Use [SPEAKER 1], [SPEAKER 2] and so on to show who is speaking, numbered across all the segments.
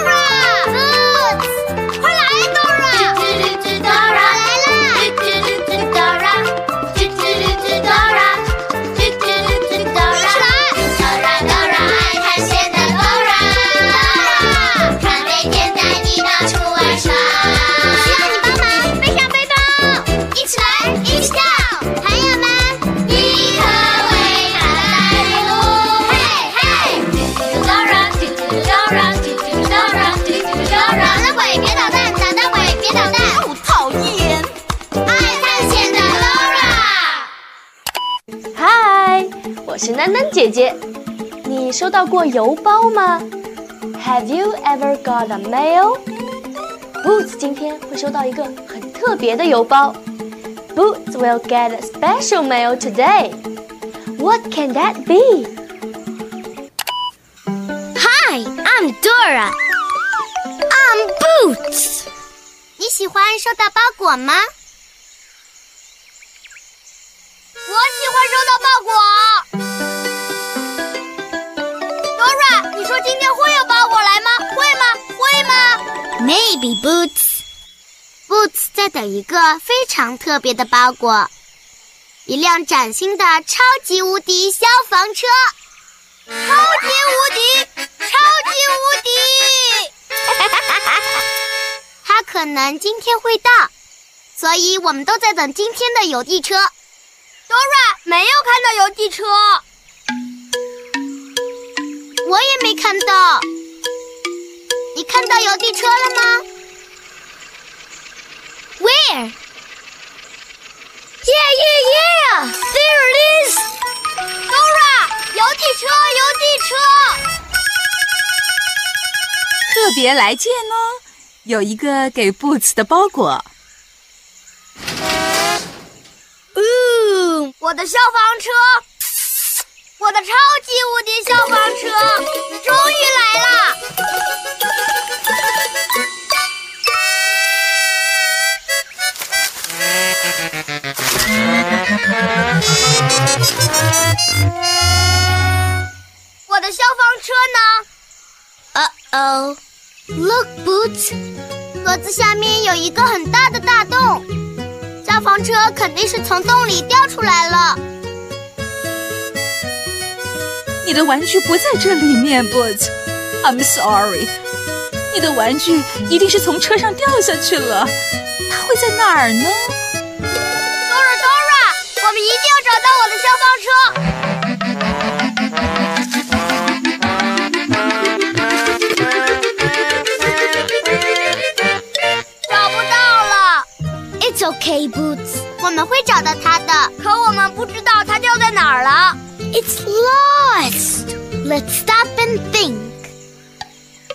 [SPEAKER 1] Dora，快来，Dora！吱吱吱吱，Dora 来啦！吱吱吱吱，Dora，吱吱吱吱，Dora，吱吱吱吱，Dora。Dora，Dora，爱探险的 Dora。Dora，它每天带你到处玩耍。需要你帮忙背上背包，一起来，一起到，朋友们，一颗为它带路，嘿嘿。捣蛋鬼，别捣蛋！捣蛋鬼，别捣蛋！哦，讨厌！爱探险的 Laura，
[SPEAKER 2] 嗨，我是囡囡姐姐。你收到过邮包吗？Have you ever got a mail? Boots 今天会收到一个很特别的邮包。Boots will get a special mail today. What can that be?
[SPEAKER 3] Hi, I'm Dora. I'm Boots.
[SPEAKER 1] 你喜欢收到包裹吗？我喜欢收到包裹。Dora，你说今天会有包裹来吗？会吗？会吗
[SPEAKER 3] Maybe Boots.
[SPEAKER 1] ？Boots 在等一个非常特别的包裹，一辆崭新的超级无敌消防车。超级无敌，超级无敌！它可能今天会到，所以我们都在等今天的邮递车。Dora 没有看到邮递车，我也没看到。你看到邮递车了吗？Where？Yeah, yeah, yeah! There it is! Dora，邮递车，邮递车。
[SPEAKER 4] 特别来见哦，有一个给 Boots 的包裹。
[SPEAKER 1] 嗯，我的消防车，我的超级无敌消防车终于来了！我的消防车呢？呃
[SPEAKER 3] Uh-oh.
[SPEAKER 1] Look, Boots，盒子下面有一个很大的大洞，消防车肯定是从洞里掉出来了。
[SPEAKER 4] 你的玩具不在这里面，Boots。I'm sorry，你的玩具一定是从车上掉下去了，它会在哪儿呢？
[SPEAKER 1] Dora Dora，我们一定要找到我的消防车。找不到了，
[SPEAKER 3] It's okay, Boots.
[SPEAKER 1] 我们会找到它的。可我们不知道它掉在哪儿了。
[SPEAKER 3] It's lost.
[SPEAKER 1] Let's stop and think.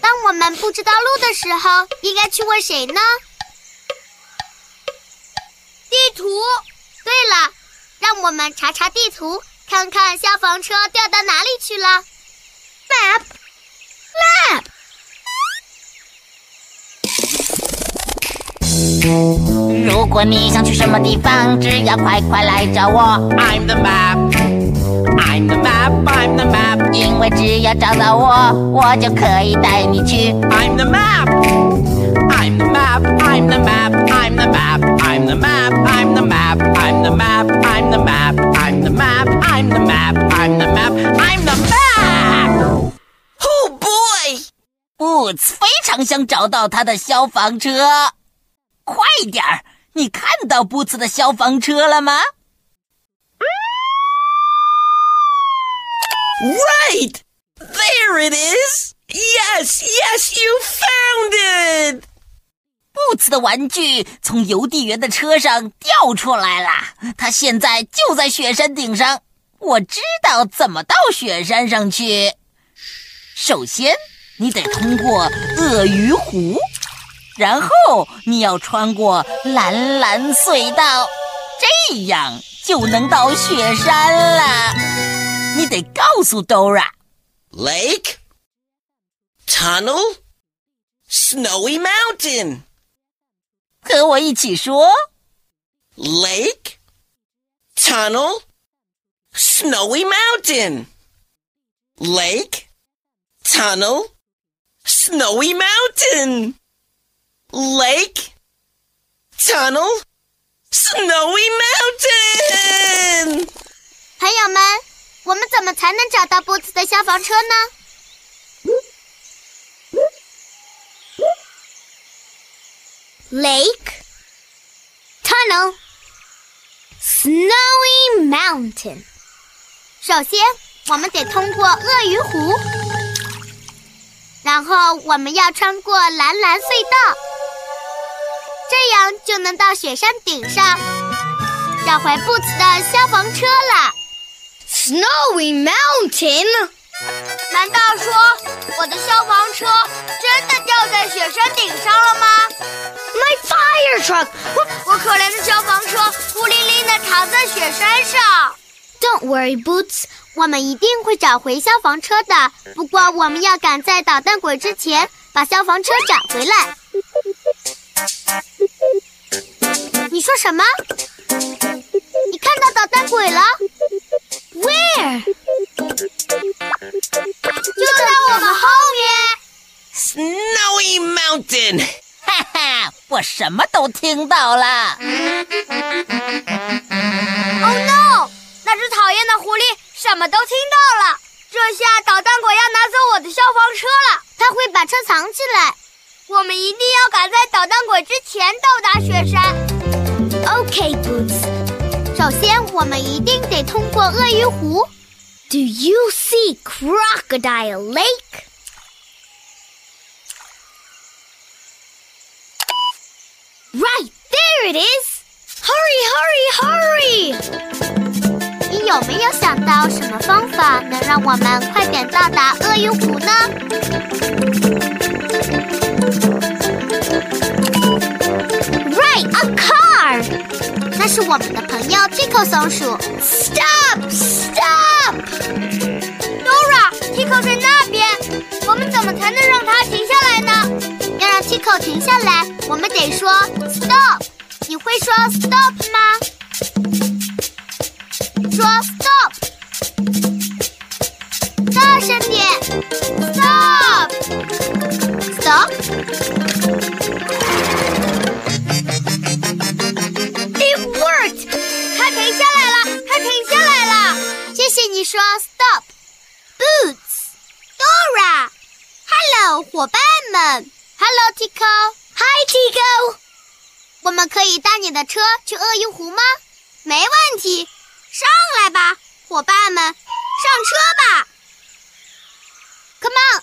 [SPEAKER 1] 当我们不知道路的时候，应该去问谁呢？地图。对了，让我们查查地图，看看消防车掉到哪里去了。Map, map.
[SPEAKER 5] 如果你想去什么地方，只要快快来找我，
[SPEAKER 6] I'm the map. I'm the map. I'm the map.
[SPEAKER 5] 因为只要找到我，我就可以带你去。
[SPEAKER 6] I'm the map. I'm the map. I'm the map. I'm the map. I'm the map. I'm the map. I'm the map. I'm the map. I'm the map. I'm the map. I'm the map. I'm the map. Oh boy!
[SPEAKER 5] 布茨非常想找到他的消防车，快点儿！你看到布茨的消防车了吗？
[SPEAKER 6] Right! There it is! Yes, yes, you found it!
[SPEAKER 5] 布茨的玩具从邮递员的车上掉出来了，他现在就在雪山顶上。我知道怎么到雪山上去。首先，你得通过鳄鱼湖，然后你要穿过蓝蓝隧道，这样就能到雪山了。你得告诉 Dora，
[SPEAKER 6] Lake? Tunnel?
[SPEAKER 7] Snowy Mountain,
[SPEAKER 5] 和我一起说
[SPEAKER 7] Lake, Tunnel, Snowy Mountain, Lake, Tunnel, Snowy Mountain, Lake, Tunnel, Snowy Mountain.
[SPEAKER 1] 朋友们，我们怎么才能找到波茨的消防车呢？
[SPEAKER 8] Lake, tunnel, snowy mountain.
[SPEAKER 1] 首先，我们得通过鳄鱼湖，然后我们要穿过蓝蓝隧道，这样就能到雪山顶上，找回布茨的消防车了。
[SPEAKER 8] Snowy mountain?
[SPEAKER 1] 难道说我的消防车真的掉在雪山顶上了吗？
[SPEAKER 8] My fire truck!
[SPEAKER 1] 我可怜的消防车孤零零的躺在雪山上。
[SPEAKER 8] Don't worry, Boots.
[SPEAKER 1] 我们一定会找回消防车的，不过我们要赶在捣蛋鬼之前把消防车找回来。你说什么？你看到捣蛋鬼了？
[SPEAKER 8] Where?
[SPEAKER 1] 就在我们后面。
[SPEAKER 7] Snowy Mountain.
[SPEAKER 5] 哈哈，我什么都听到了。
[SPEAKER 1] Oh no！那只讨厌的狐狸什么都听到了。这下捣蛋鬼要啊拿走我的消防车了，他会把车藏起来。我们一定要赶在捣蛋鬼之前到达雪山。
[SPEAKER 8] Okay, Boots.
[SPEAKER 1] 首先，我们一定得通过鳄鱼湖。
[SPEAKER 8] Do you see Crocodile Lake?
[SPEAKER 1] 你有没有想到什么方法能让我们快点到达鳄鱼湖呢？
[SPEAKER 8] Right, a car!
[SPEAKER 1] 那是我们的朋友 Tico 松鼠。
[SPEAKER 8] Stop! Stop!
[SPEAKER 1] Dora，Tico 在那边，我们怎么才能让它停下来呢？要让 Tico 停下来，我们得说 stop。你会说 stop 吗？说 stop，大声点，stop，stop。It worked！它停下来了，它停下来了。谢谢你说 stop。Boots, Dora, Hello，伙伴们，Hello Tico。
[SPEAKER 8] Hi, Tico!
[SPEAKER 1] 我们可以搭你的车去鳄鱼湖吗？没问题，上来吧，伙伴们，上车吧。Come on，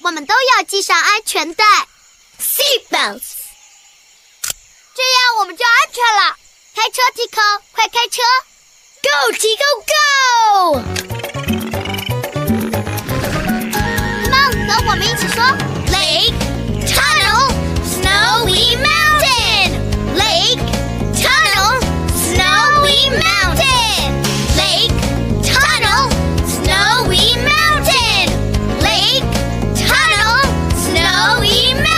[SPEAKER 1] 我们都要系上安全带，
[SPEAKER 8] Seatbelts!
[SPEAKER 1] 这样我们就安全了。开车，Tico，快开车！
[SPEAKER 8] Go, Tico, go!
[SPEAKER 1] Come on，和我们一起说。
[SPEAKER 8] Lake, tunnel, snowy mountain. Lake, tunnel, snowy mountain. Lake, tunnel, snowy mountain. Lake, tunnel, snowy mountain.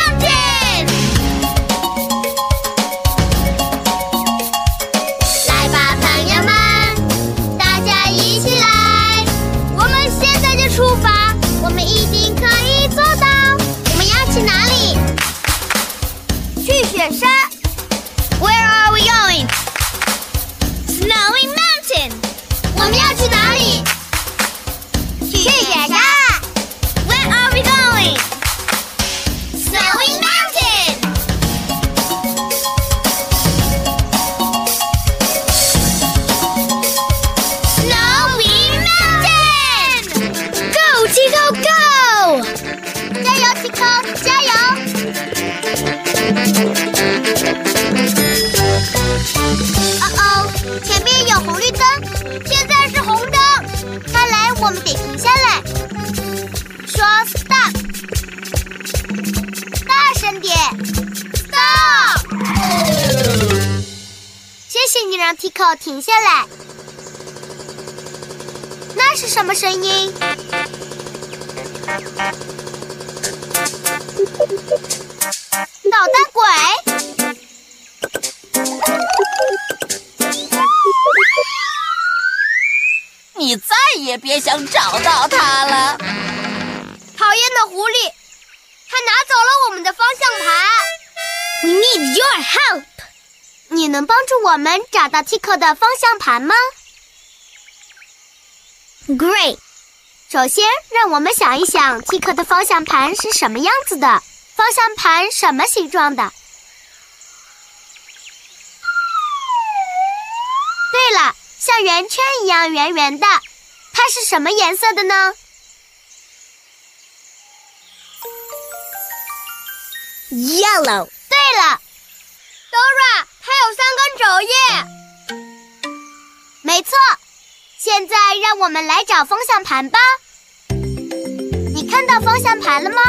[SPEAKER 1] 来吧，朋友们，大家一起来！我们现在就出发，我们一定可以做到。我们要去哪里？去雪山。Where are we going？
[SPEAKER 8] Snowy mountain.
[SPEAKER 1] 我们要去哪里？去雪山。
[SPEAKER 8] Where are we going? Snowy mountain.
[SPEAKER 1] 加油，Tico！加油！哦哦，前面有红绿灯，现在是红灯，看来我们得停下来，说 stop，大声点，stop。谢谢你让 Tico 停下来。那是什么声音？
[SPEAKER 9] 袋鬼。
[SPEAKER 5] 你再也别想找到它了。
[SPEAKER 9] 讨厌的狐狸，它拿走了我们的方向盘。We need your help。你能帮助我们找到 Tico 的方向盘吗？Great。首先，让我们想一想 Tico 的方向盘是什么样子的，方向盘什么形状的。对了，像圆圈一样圆圆的，它是什么颜色的呢？
[SPEAKER 1] Yellow.
[SPEAKER 9] 对了，Dora，它有三根肘叶。没错，现在让我们来找方向盘吧。你看到方向盘了吗？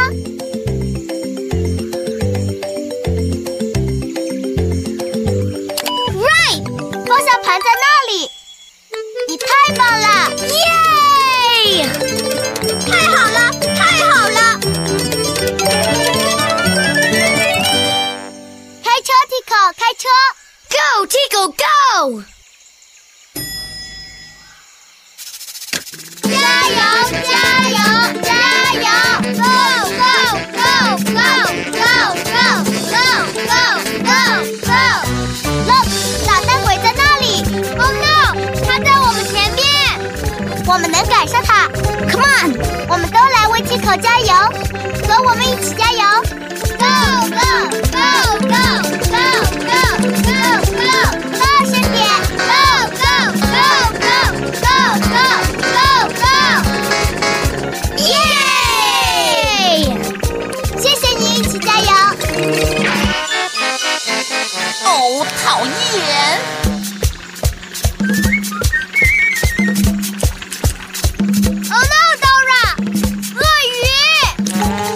[SPEAKER 9] Right，方向盘在那里。你太棒了，耶！太好了，太好了！开车，Tico，开车！Go Tico Go！加油，加油，加油！Go Go Go Go Go Go Go Go Go Go! Look，捣蛋鬼在那里！Oh no，他在我们前面！我们能赶上他！Come on，我们都来为 Tico 加油！和我们一起加油！Go go go go go go go go！大声点！Go go go go go go go go！耶！谢谢你一起加油！
[SPEAKER 5] 哦，讨厌！
[SPEAKER 9] Oh no, Dora！鳄鱼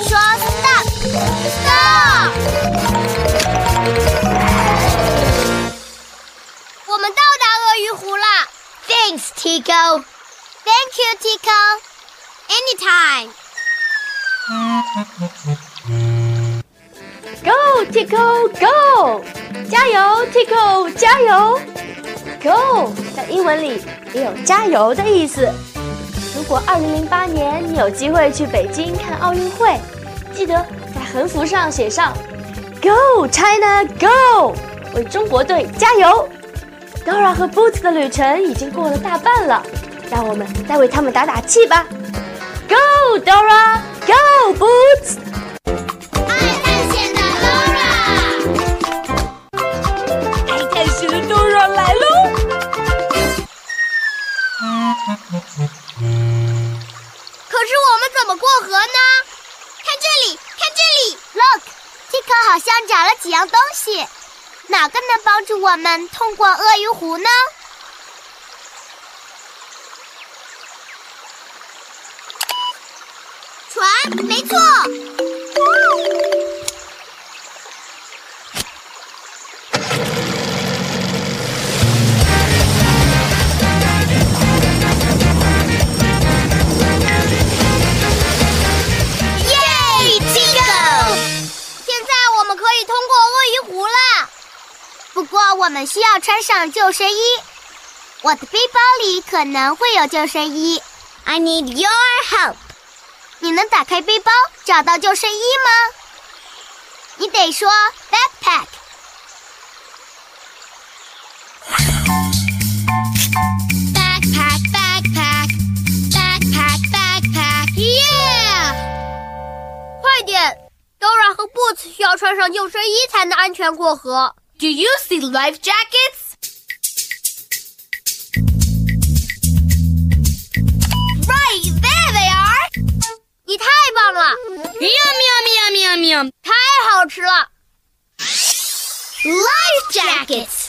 [SPEAKER 9] 说 stop stop。我们到达鳄鱼湖了。Thanks, Tico. Thank you, Tico. Anytime.
[SPEAKER 2] Go Tico Go，加油 Tico 加油！Go 在英文里也有加油的意思。如果2008年你有机会去北京看奥运会，记得在横幅上写上 “Go China Go”，为中国队加油。Dora 和 Boots 的旅程已经过了大半了，让我们再为他们打打气吧。Go Dora Go Boots。
[SPEAKER 9] 爱探险的 Dora。
[SPEAKER 4] 开心的豆肉来喽！
[SPEAKER 9] 可是我们怎么过河呢？看这里，看这里！Look，Tico 好像找了几样东西，哪个能帮助我们通过鳄鱼湖呢？船，没错。耶，Tico！现在我们可以通过鳄鱼湖了，不过我们需要穿上救生衣。我的背包里可能会有救生衣。I need your help。你能打开背包找到救生衣吗？你得说 backpack。
[SPEAKER 1] Backpack, backpack, backpack, backpack. Yeah!
[SPEAKER 9] 快点，Dora 和 Boots 需要穿上救生衣才能安全过河。Do you see life jackets? Right there they are. 你太棒了！Yum yum yum yum yum，太好吃了
[SPEAKER 1] Life jackets.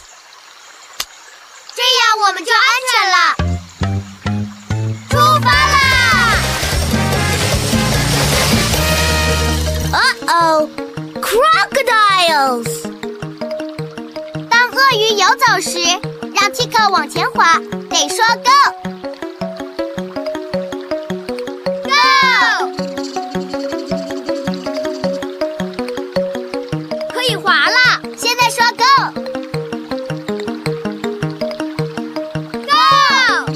[SPEAKER 9] 这样我们就安全了。出发啦！
[SPEAKER 1] Uh-oh. Crocodiles.
[SPEAKER 9] 当鳄鱼游走时，让 Tico 往前滑，得说 Go。Go！可以太滑了，现在说 go。Go!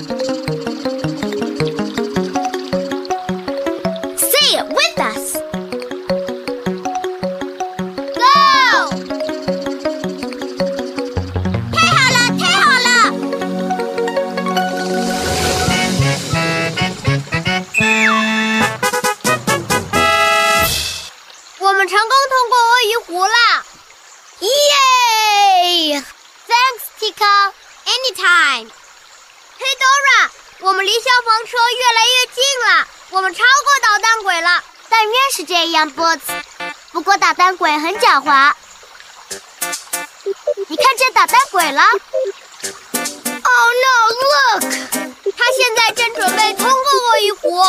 [SPEAKER 9] Say it with us. Go! 太好了，太好了！我们成功通过鳄鱼湖了，耶！Thanks, Tico. Anytime. 嘿，Dora，我们离消防车越来越近了，我们超过导弹鬼了。但愿是这样，Boots。不过导弹鬼很狡猾，你看见导弹鬼了？Oh no, look！他现在正准备通过鳄鱼湖，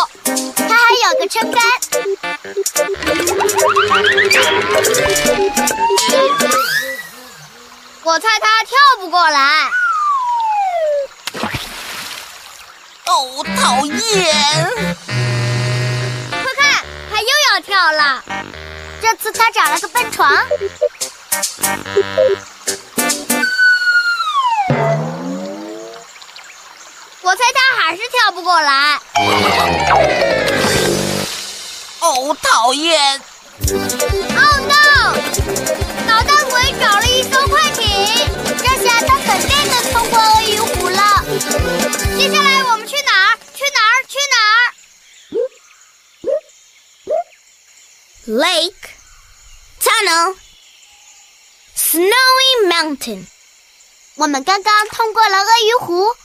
[SPEAKER 9] 他还有个撑杆。我猜他跳不过来。
[SPEAKER 5] 哦，讨厌！
[SPEAKER 9] 快看，他又要跳了。这次他找了个笨床。我猜他还是跳不过来。
[SPEAKER 5] 哦，讨厌！
[SPEAKER 9] Oh no！捣蛋鬼找了一艘快艇，这下他肯定能通过鳄鱼湖了。接下来我们去哪儿？去哪儿？去哪儿？
[SPEAKER 1] Lake, tunnel, snowy mountain.
[SPEAKER 9] 我们刚刚通过了鳄鱼湖，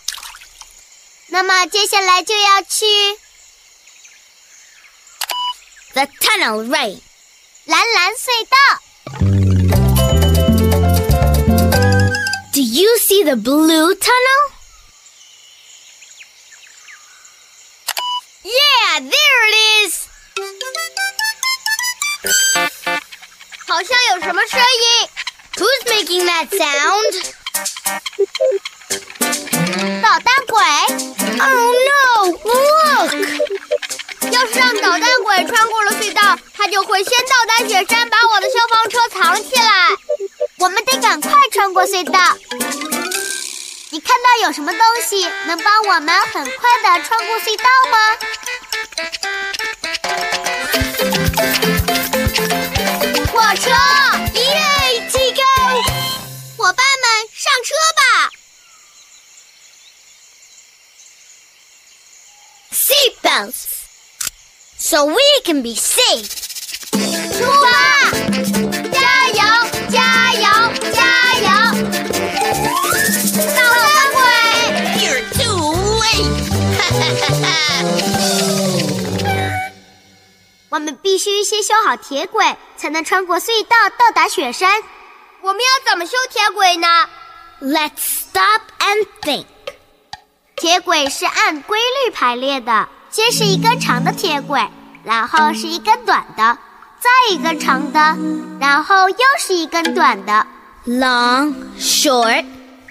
[SPEAKER 9] 那么接下来就要去
[SPEAKER 1] The tunnel right.
[SPEAKER 9] 蓝蓝隧道。
[SPEAKER 1] Do you see the blue tunnel?
[SPEAKER 9] Yeah, there it is. 好像有什么声音。
[SPEAKER 1] Who's making that sound?
[SPEAKER 9] 捣蛋鬼
[SPEAKER 1] Oh no! Look!
[SPEAKER 9] 要是让捣蛋鬼穿过了隧道，他就会先到达雪山，把我的消防车藏起来。我们得赶快穿过隧道。你看到有什么东西能帮我们很快的穿过隧道吗？火车，耶机构！伙伴们，上车吧！
[SPEAKER 1] Seatbelts! So we can be safe!
[SPEAKER 9] 出发！加油！加油！加油！捣蛋鬼，
[SPEAKER 7] You're too late.
[SPEAKER 9] 我们必须先修好铁轨，才能穿过隧道到达雪山。我们要怎么修铁轨呢？
[SPEAKER 1] Let's stop and think.
[SPEAKER 9] 铁轨是按规律排列的，先是一根长的铁轨，然后是一根短的，再一根长的，然后又是一根短的。
[SPEAKER 1] Long, short,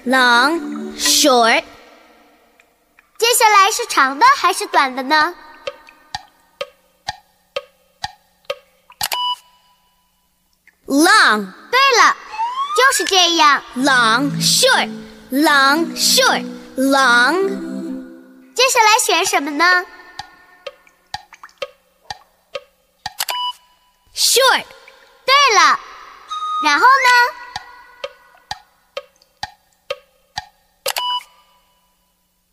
[SPEAKER 1] long, short.
[SPEAKER 9] 接下来是长的还是短的呢？
[SPEAKER 1] Long,
[SPEAKER 9] 对了，就是这样。
[SPEAKER 1] long, short. Long, short. Long.
[SPEAKER 9] 接下来选什么呢？
[SPEAKER 1] Short.
[SPEAKER 9] 对了，然后呢？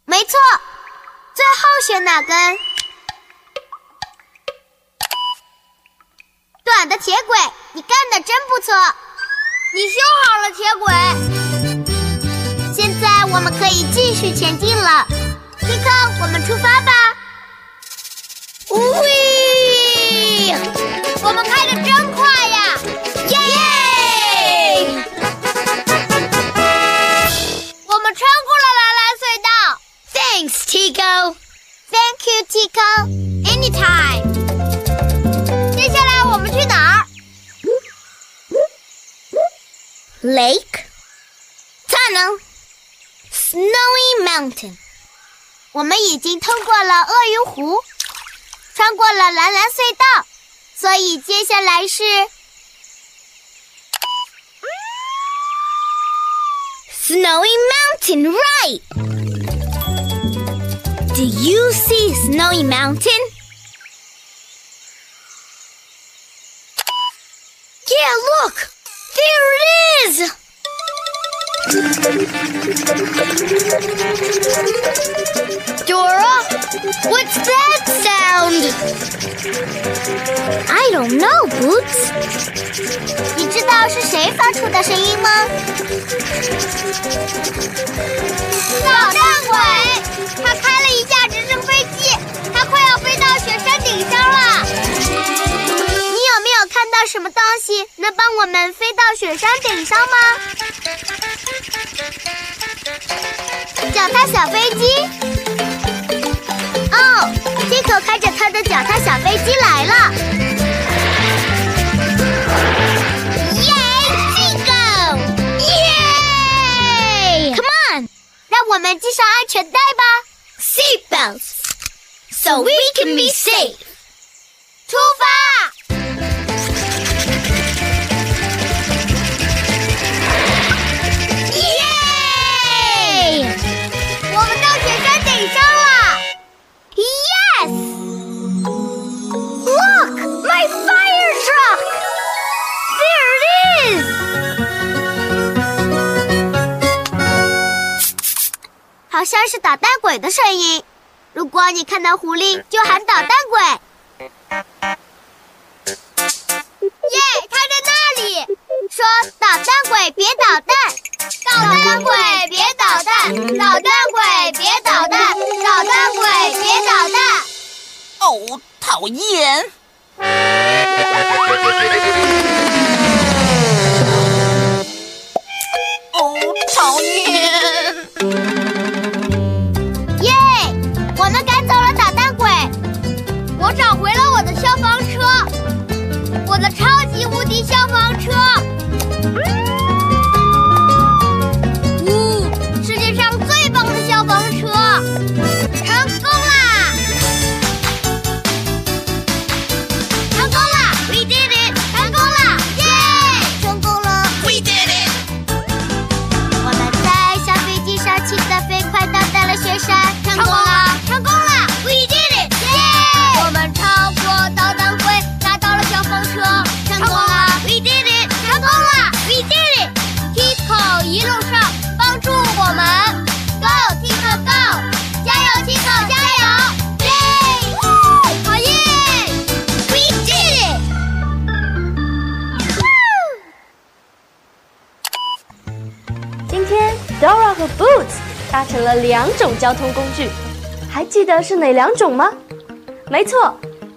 [SPEAKER 9] 没错，最后选哪根？短的铁轨，你干的真不错，你修好了铁轨。现在我们可以继续前进了，立刻我们出发吧！喂，我们开的真快呀！耶！我们穿过了蓝蓝隧道。
[SPEAKER 1] Thanks, Tico.
[SPEAKER 9] Thank you, Tico. Anytime. 接下来我们去哪儿？
[SPEAKER 1] Lake. Tunnel. Snowy mountain.
[SPEAKER 9] 我们已经通过了鳄鱼湖，穿过了蓝蓝隧道，所以接下来是
[SPEAKER 1] Snowy Mountain, right! Do you see Snowy Mountain? Yeah, look! There it is!
[SPEAKER 9] Dora, what's that sound?
[SPEAKER 1] I don't know, Boots.
[SPEAKER 9] 你知道是谁发出的声音吗？捣蛋鬼！他开了一架直升飞机，他快要飞到雪山顶上了。你有没有看到什么东西能帮我们飞到雪山顶上吗？脚踏小飞机。哦，杰克开着他的脚踏小飞机来了。耶！Come on，让我们系上安全带吧。
[SPEAKER 1] Seatbelts. So we can be safe.
[SPEAKER 9] 出发！耶！我们到雪山顶上了。Yes! Look, my fire truck! There it is! 好像是捣蛋鬼的声音。如果你看到狐狸，就喊捣蛋鬼。耶，他在那里！说捣蛋鬼别捣蛋，捣蛋鬼别捣蛋，捣蛋鬼别捣蛋，捣蛋鬼别捣蛋。
[SPEAKER 5] 哦，讨厌！哦，讨厌！
[SPEAKER 9] 耶！我们赶走了捣蛋鬼，我找回了我的消防车，我的超级无敌消防车。呜、世界上最棒的消防车，成功啦！成功啦！We did it！成功啦！耶！成功了！We did it！我们在小飞机上气得飞快到达了雪山，成功了，成功了，We did it！耶！我们超过捣蛋鬼，拿到了消防车，成功了，We did it！成功了，We did it！Tico 一路上帮助我们，Go Tico Go！加油，Tico 加油！耶！好耶！We did it！
[SPEAKER 2] 今天 Dora 和 Boots 搭乘了两种交通工具，还记得是哪两种吗？没错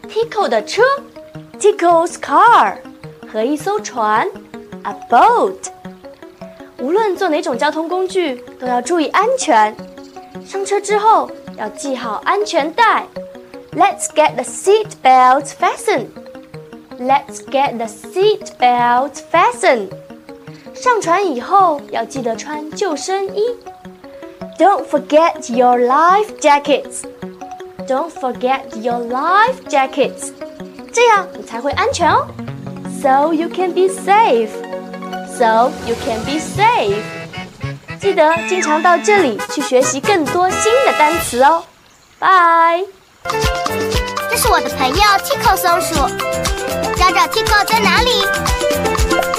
[SPEAKER 2] ，Tico 的车，Tico's car 和一艘船，a boat。无论坐哪种交通工具，都要注意安全。上车之后要系好安全带。Let's get the seat belts fastened. Let's get the seat belts fastened. 上船以后要记得穿救生衣。Don't forget your life jackets. Don't forget your life jackets. 这样你才会安全哦。So you can be safe. So you can be safe. 记得经常到这里去学习更多新的单词哦。Bye.
[SPEAKER 9] 这是我的朋友 Tico 松鼠，找找 Tico 在哪里。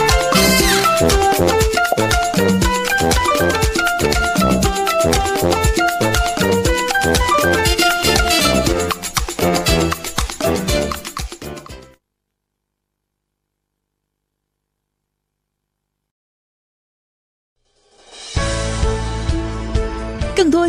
[SPEAKER 10] 更多